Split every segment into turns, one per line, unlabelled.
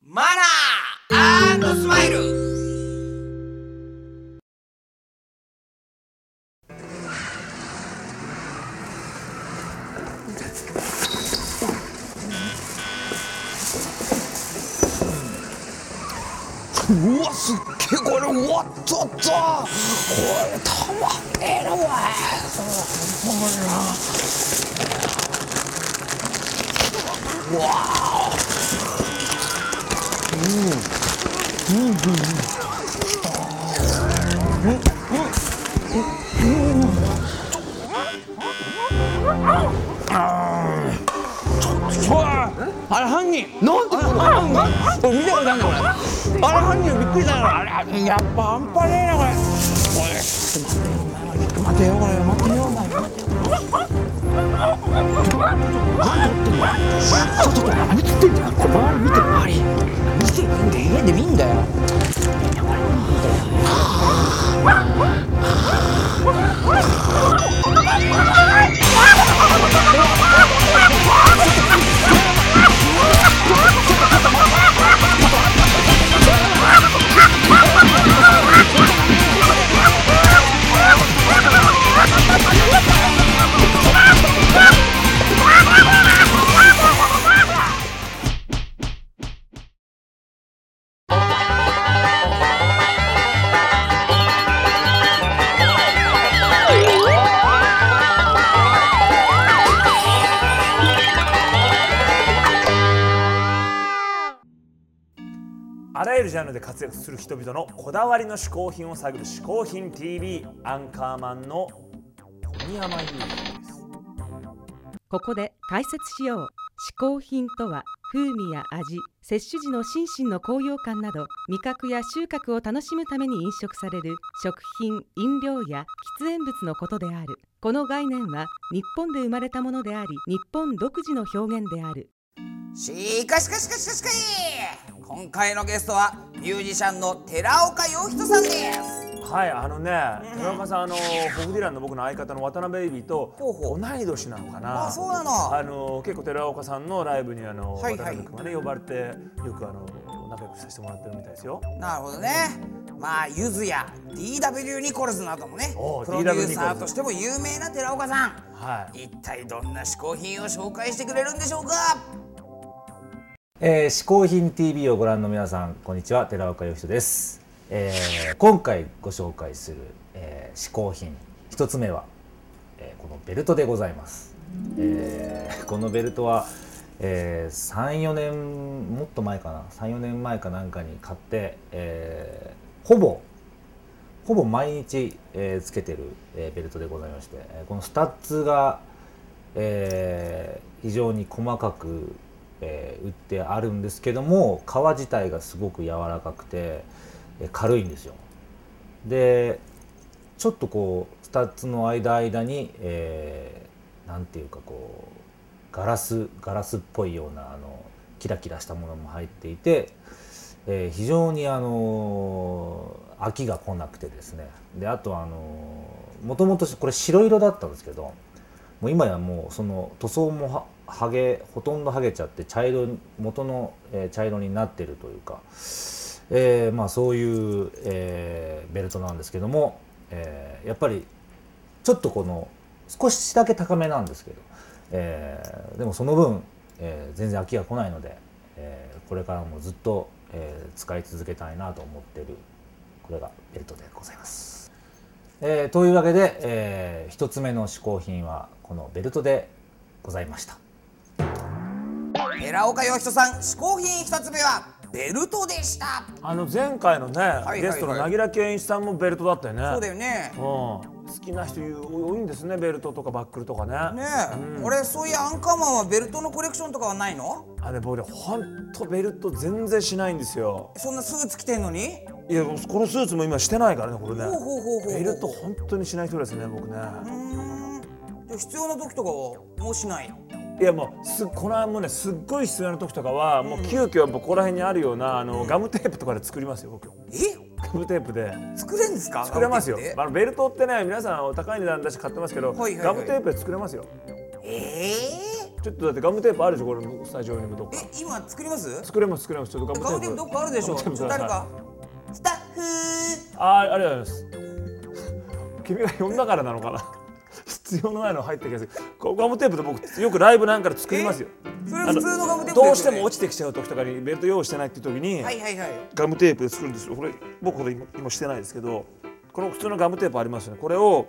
マナーアンドスマイル
うわすっげえこれうわっとっとこれたまってるわほらわああれ犯人なんてこと犯人見たことあんねんこれあれ犯人びっくりだよあれやっぱ半端ねえなこれこれちょっと待てよ待てよこれ待てよ待てよちょっと何言ってんだよこれ周り見て周り見てんだよ家で見んだよ
あらゆるジャンルで活躍する人々のこだわりの嗜好品を探る嗜好品 TV アンカーマンの富山優衣です
ここで解説しよう。嗜好品とは風味や味、摂取時の心身の高揚感など味覚や収穫を楽しむために飲食される食品、飲料や喫煙物のことである。この概念は日本で生まれたものであり、日本独自の表現である。
しかしかしかしかしかし今回のゲストはミュージシャンの寺岡洋人さんです
はいあのね村岡さんあのホフディランの僕の相方の渡辺ベイビーと
ほうほ
同い年なのかな
あそうなの
あの結構寺岡さんのライブにあの、
はいはい
渡辺君がね呼ばれてよくあの仲良くさせてもらってるみたいですよ
なるほどねまあゆずや DW ニコルズなどもね
おう
プロデュー
DW ニ
サ
コルズ
ーとしても有名な寺岡さん
はい
一体どんな嗜好品を紹介してくれるんでしょうか
えー、嗜好品 TV をご覧の皆さんこんにちは寺岡義人です、えー今回ご紹介する、えー、嗜好品一つ目は、えーこのベルトでございます、えーこのベルトは、えー、34年もっと前かな34年前かなんかに買って、えーほぼほぼ毎日、えーつけてる、えーベルトでございまして、えーこのスタッツが、えー非常に細かく、えー打ってあるんですけども皮自体がすごく柔らかくて、えー軽いんですよ。でちょっとこうスタッツの間間に、えーなんていうかこうガラスガラスっぽいようなあのキラキラしたものも入っていて、えー非常にあのー飽きが来なくてですねであとあのもともとこれ白色だったんですけどもう今やもうその塗装もははげほとんどはげちゃって茶色に元の、えー茶色になってるというか、えーまあ、そういう、えーベルトなんですけども、えーやっぱりちょっとこの少しだけ高めなんですけど、えーでもその分、えー全然飽きが来ないので、えーこれからもずっと、えー使い続けたいなと思ってるこれがベルトでございます。えーというわけで、え1つ目の嗜好品はこのベルトでございました。
寺岡洋人さん嗜好品一つ目はベルトでした
あの前回のね、
いはい
ゲストのなぎら健一さんもベルトだったよね
そうだよね
うん、好きな人多いんですねベルトとかバックルとかね
ねえ、俺そういうアンカーマンはベルトのコレクションとかはないの
あれ僕ねほんとベルト全然しないんですよ
そんなスーツ着てんのに
いやこのスーツも今してないからねこれね
ほうほうほうほう
ベルト本当にしない人ですね僕ね
うーんじゃあ必要な時とかはもうしない
いやもうすこの辺もねすっごい必要な時とかはもう急遽やっぱここら辺にあるようなあのガムテープとかで作りますよ僕
え
ガムテープで
作れんですか
作れますよ
ガムテープ
あのベルトってね皆さんお高い値段だし買ってますけど
はいはいはい
ガムテープで作れますよ
でえ
ちょっとだってガムテープあるでしょこれのスタジオにもどっか
え今作ります
作れます作れますちょっとガ
ガム
ム
テ
テ
ー
ー
プ
プ
どっかあるでしょ
ガ
ちょ
ム
っ
テープ
と誰かスタッフ
あーありがとうございます君が呼んだからなのかな必要のないの入ってきますこガムテープで僕よくライブなんかで作りますよ
ーそれ普通のガムテープですよね
どうしても落ちてきちゃう時とかにベルト用意してないっていう時に、
はいはいはい
ガムテープで作るんですよこれ僕これ今今してないですけどこの普通のガムテープありますよねこれをこ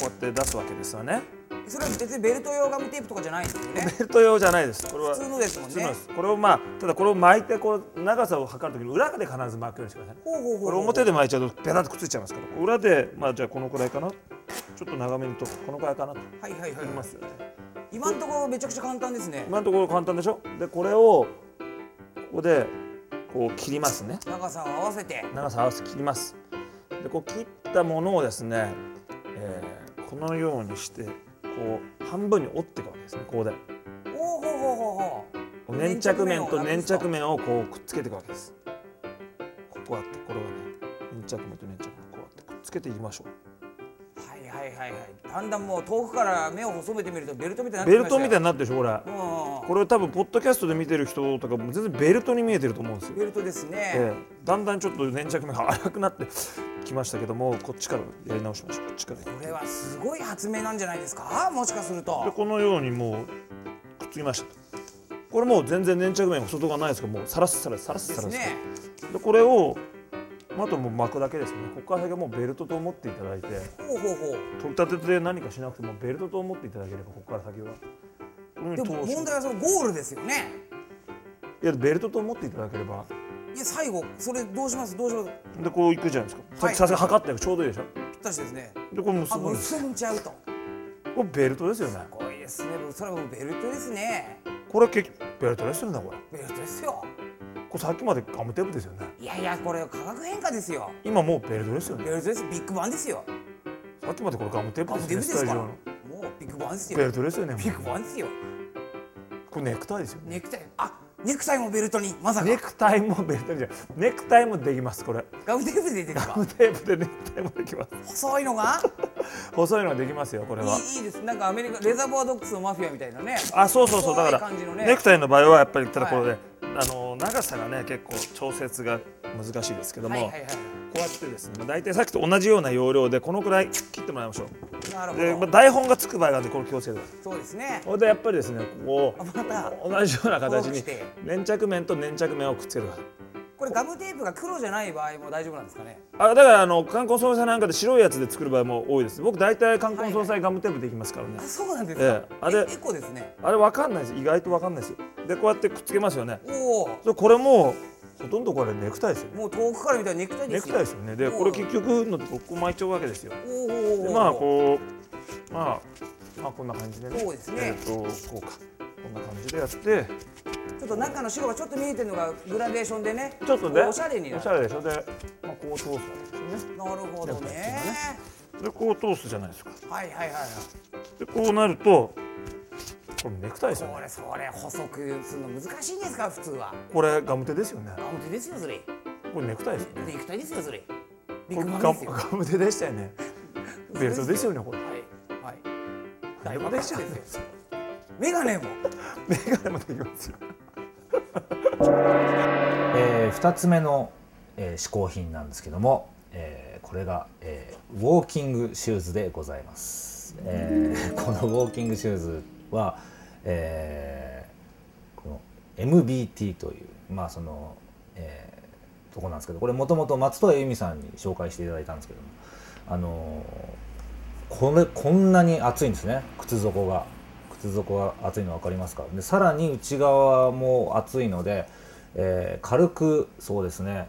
うやって出すわけですよね
それは別にベルト用ガムテープとかじゃないんですよ ね
ベルト用じゃないですこれは
普通のですもんね
普通のですこれをまあただこれを巻いてこう長さを測る時に裏で必ず巻くようにしてください
ほうほうほうほう
これ表で巻いちゃうとペタッとくっついちゃいますから裏でまあじゃあこのくらいかなちょっと長めにとこのくらいかなと
はいはいは
あ
い
りますよね
今のところめちゃくちゃ簡単ですね
今のところ簡単でしょでこれをここでこう切りますね
長さを合わせて
長さ合わせて切りますでこう切ったものをですね、えーこのようにしてこう半分に折っていくわけですねここで
ほうほうほうほうほう
粘着面と粘着
面を
面をこうくっつけていくわけですここあってこれはね粘着面と粘着面こうやってくっつけていきましょう
はいはいはいはいだんだんもう遠くから目を細めてみるとベルトみたいに
ベ
なっ
ル
てき
ト
まし
み
た
たい
よ
になってるでしょこれ
うん
これ多分ポッドキャストで見てる人とかも全然ベルトに見えてると思うんですよ
ベルトですね、
ええだんだんちょっと粘着面が荒くなってきましたけどもこっちからやり直しましょうこっちから
これはすごい発明なんじゃないですかもしかする
で
と
このようにもうくっつきましたこれもう全然粘着面が外側ないですけどもうサラッサラサラッ
で
サ
す
ラッ
ね
でこれをあともう巻くだけですねここから先はもうベルトと思っていただいて
ほうほうほう
取り立てて何かしなくてもベルトと思っていただければここから先はうん
で
通
も
して
問題はそのゴールですよね
いやベルトと思っていただければ
いや最後それどうしますどうします
でこういくじゃないですか
はい
さすが測ってちょうどいいでしょ
ぴったしですね
でこれもうす
あ
ごいです
結んじゃうと
これベルトですよね
すごいですねそれはもうベルトですね
これ結局ベルトですよねこれ
ベルトですよ
これさっきまでガムテープですよね
いやいやこれ化学変化ですよ
今もうベルトですよ
ベ
ね
ルトですビッグバンですよ
さっきまでこれガムテープ
ガ
で
ムデブで
すよねスタ
す
ジ
か
オ
ら
の
もうビッグバンです
ベル
よ
トですよねもう
ビッグバンですよ
これネクタイですよね
ネクタイあネクタイもベルトにまさか
ネクタイもベルトじゃないネクタイもできますこれ
ガムテープで出てる
ガ
か
ムテープでネクタイもできます
細いのが
細いのができますよこれはい
いいいですなんかアメリカレザーボアドックスのマフィアみたいなね
あそうそうそうだから
細い感じのね
ネクタイの場合はやっぱりただ
はい
これで、あの長さがね結構調節が難しいですけども、
はいはいは
こうやってですねまあ大体さっきと同じような要領でこのくらい切ってもらいましょ
いな
うで、
るほ
まあ、
ど
台本がつく場合があるんでこれ気をつけてください
そうですね
これでやっぱりですねこ
あ
こ
また
を同じような形
こう来
に
て
粘着面と粘着面をくっつけてください
これガムテープが黒じゃない場合も大丈夫なんですかね
あだからあの冠婚葬祭なんかで白いやつで作る場合も多いです僕大体冠婚葬祭ガムテープできますからね、
あそうなんです
え
か
えあれ
えエコですね
あれわかんないです意外とわかんないですよでこうやってくっつけますよね
おお
でこれもほとんどこれネクタイですよね
もう遠くから見たらネクタイで
ネ
す
ク
よ
タイですよねで
おう
これ結局のここ巻いちゃうわけですよ
お
で
ーおー
まあこうまあまあこんな感じでね
そうですね
えっ、とこうかこんな感じでやって
ちょっと中の白がちょっと見えてるのがグラデーションでね
ちょっとね
こうおしゃれにな
お
る
しゃれでしょで、まあ、こう通すわけですよね
なるほどね
でこう通すじゃないですか
はいはいはいはい
でこうなるとこれネクタイですよね
これそれ細くするの難しいんですか普通は
これガムテですよね。
ガムテですよそれ
これネクタイですよね。
ネクタイですよそれビ
こ
ッグ
れ
バン
ガ
ですよ
ガムテでしたよね。 ベルトですよねこれ。
はいはい
ガ
大
ム
爆笑
テじゃない
ですよメガネも
メガネもできますよ。
えー、2つ目の、えー、嗜好品なんですけども、えーこれが、えーウォーキングシューズでございます、えーこのウォーキングシューズは、えーこの MBT というまあその、えーとこなんですけどこれもともと松任谷由実さんに紹介していただいたんですけどもあのーこれこんなに厚いんですね靴底が靴底が厚いの分かりますかでさらに内側も厚いのでえー軽くそうですね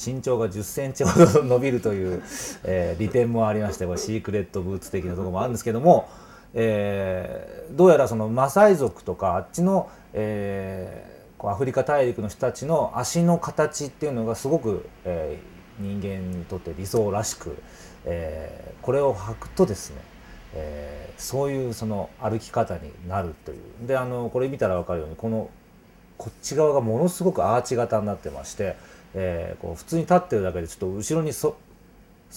身長が1 0センチほど伸びるという、えー利点もありましてこれシークレットブーツ的なところもあるんですけども、えーどうやらそのマサイ族とかあっちの、えーこうアフリカ大陸の人たちの足の形っていうのがすごく、えー人間にとって理想らしく、えーこれを履くとですねえーそういうその歩き方になるというであのこれ見たら分かるようにこのこっち側がものすごくアーチ型になってまして、えーこう普通に立ってるだけでちょっと後ろにそ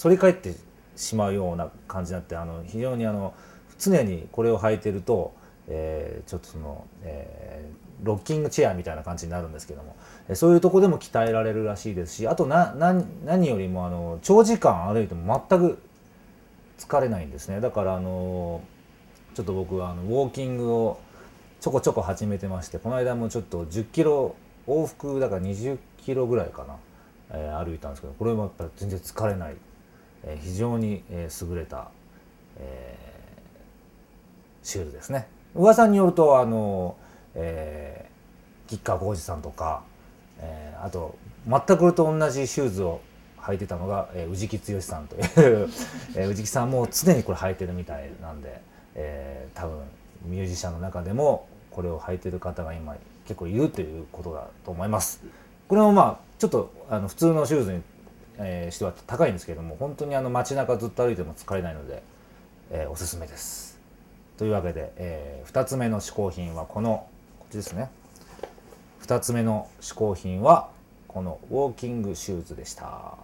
反り返ってしまうような感じになってあの非常にあの常にこれを履いてると、えーちょっとその、えーロッキングチェアみたいな感じになるんですけども、えーそういうとこでも鍛えられるらしいですしあとな何何よりもあの長時間歩いても全く疲れないんですねだからあのちょっと僕はあのウォーキングをちょこちょこ始めてましてこの間もちょっと1 0キロ往復だから2 0キロぐらいかな、えー歩いたんですけどこれもやっぱり全然疲れない、えー非常に、えー優れた、えーシュールですね噂によるとあの、えー、吉川晃司さんとか、えーあと全くこれと同じシューズを履いてたのが、えー、宇治木剛さんという えー宇治木さんも常にこれ履いてるみたいなんで、えー多分ミュージシャンの中でもこれを履いてる方が今結構いるということだと思います。これもまあちょっとあの普通のシューズに、えーしては高いんですけども本当にあの街中ずっと歩いても疲れないので、えーおすすめです。というわけで、え2つ目の嗜好品はこのこっちですね2つ目の嗜好品はこのウォーキングシューズでした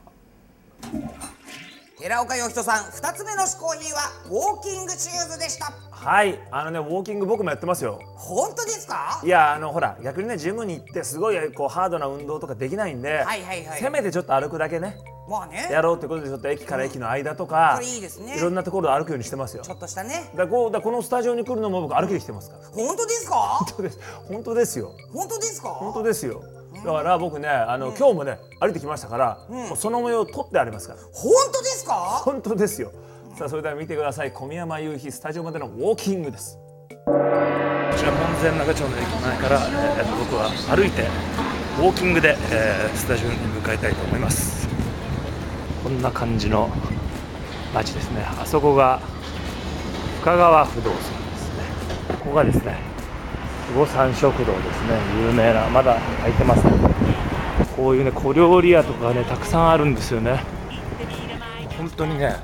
寺岡義人さん2つ目の嗜好品はウォーキングシューズでした
はいあのねウォーキング僕もやってますよ
本当ですか
いやあのほら逆にねジムに行ってすごいこうハードな運動とかできないんで、
はいはいはい
せめてちょっと歩くだけね
まあね
やろうってことでちょっと駅から駅の間とか、
それいいですね
いろんなところで歩くようにしてますよ
ちょっとしたね
だこうだこのスタジオに来るのも僕歩きで来てますから
本当ですか
そうです本当ですよ
本当ですか
本当ですよだから僕ねあの、今日もね歩いてきましたから、もうその模様を撮ってありますから
本当ですか
本当ですよさあそれでは見てください小宮山雄飛スタジオまでのウォーキングです
こちら門前仲町の駅前から、えー僕は歩いてウォーキングで、えースタジオに向かいたいと思いますこんな感じの街ですねあそこが深川不動産ですねここがですね魚山食堂ですね有名なまだ開いてますねこういうね小料理屋とかねたくさんあるんですよね本当にね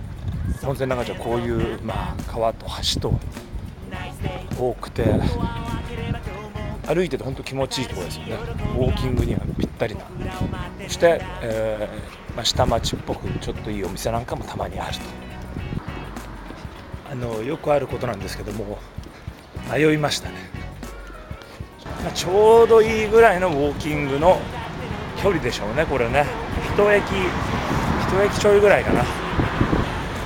門前仲町はこういう、まあ、川と橋と多くて歩いてて本当気持ちいいところですよねウォーキングにはぴったりなそして、えーまあ、下町っぽくちょっといいお店なんかもたまにあるとあのよくあることなんですけども迷いましたね、まあ、ちょうどいいぐらいのウォーキングの距離でしょうねこれね一駅一駅ちょいぐらいかな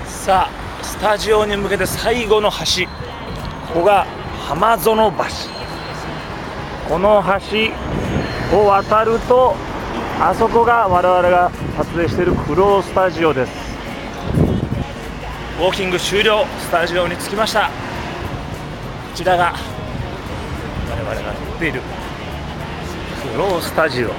さあスタジオに向けて最後の橋ここが浜園橋この橋を渡るとあそこが我々が撮影しているクロースタジオですウォーキング終了スタジオに着きましたこちらが我々が撮っているクロースタジオ